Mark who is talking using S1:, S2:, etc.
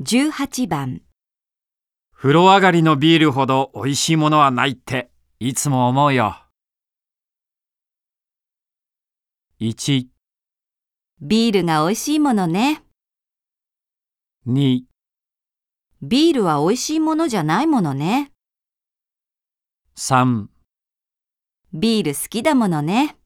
S1: 18番
S2: 風呂上がりのビールほど美味しいものはないっていつも思うよ。1、
S1: ビールが美味しいものね。
S2: 2、
S1: ビールは美味しいものじゃないものね。
S2: 3
S1: ビール好きだものね。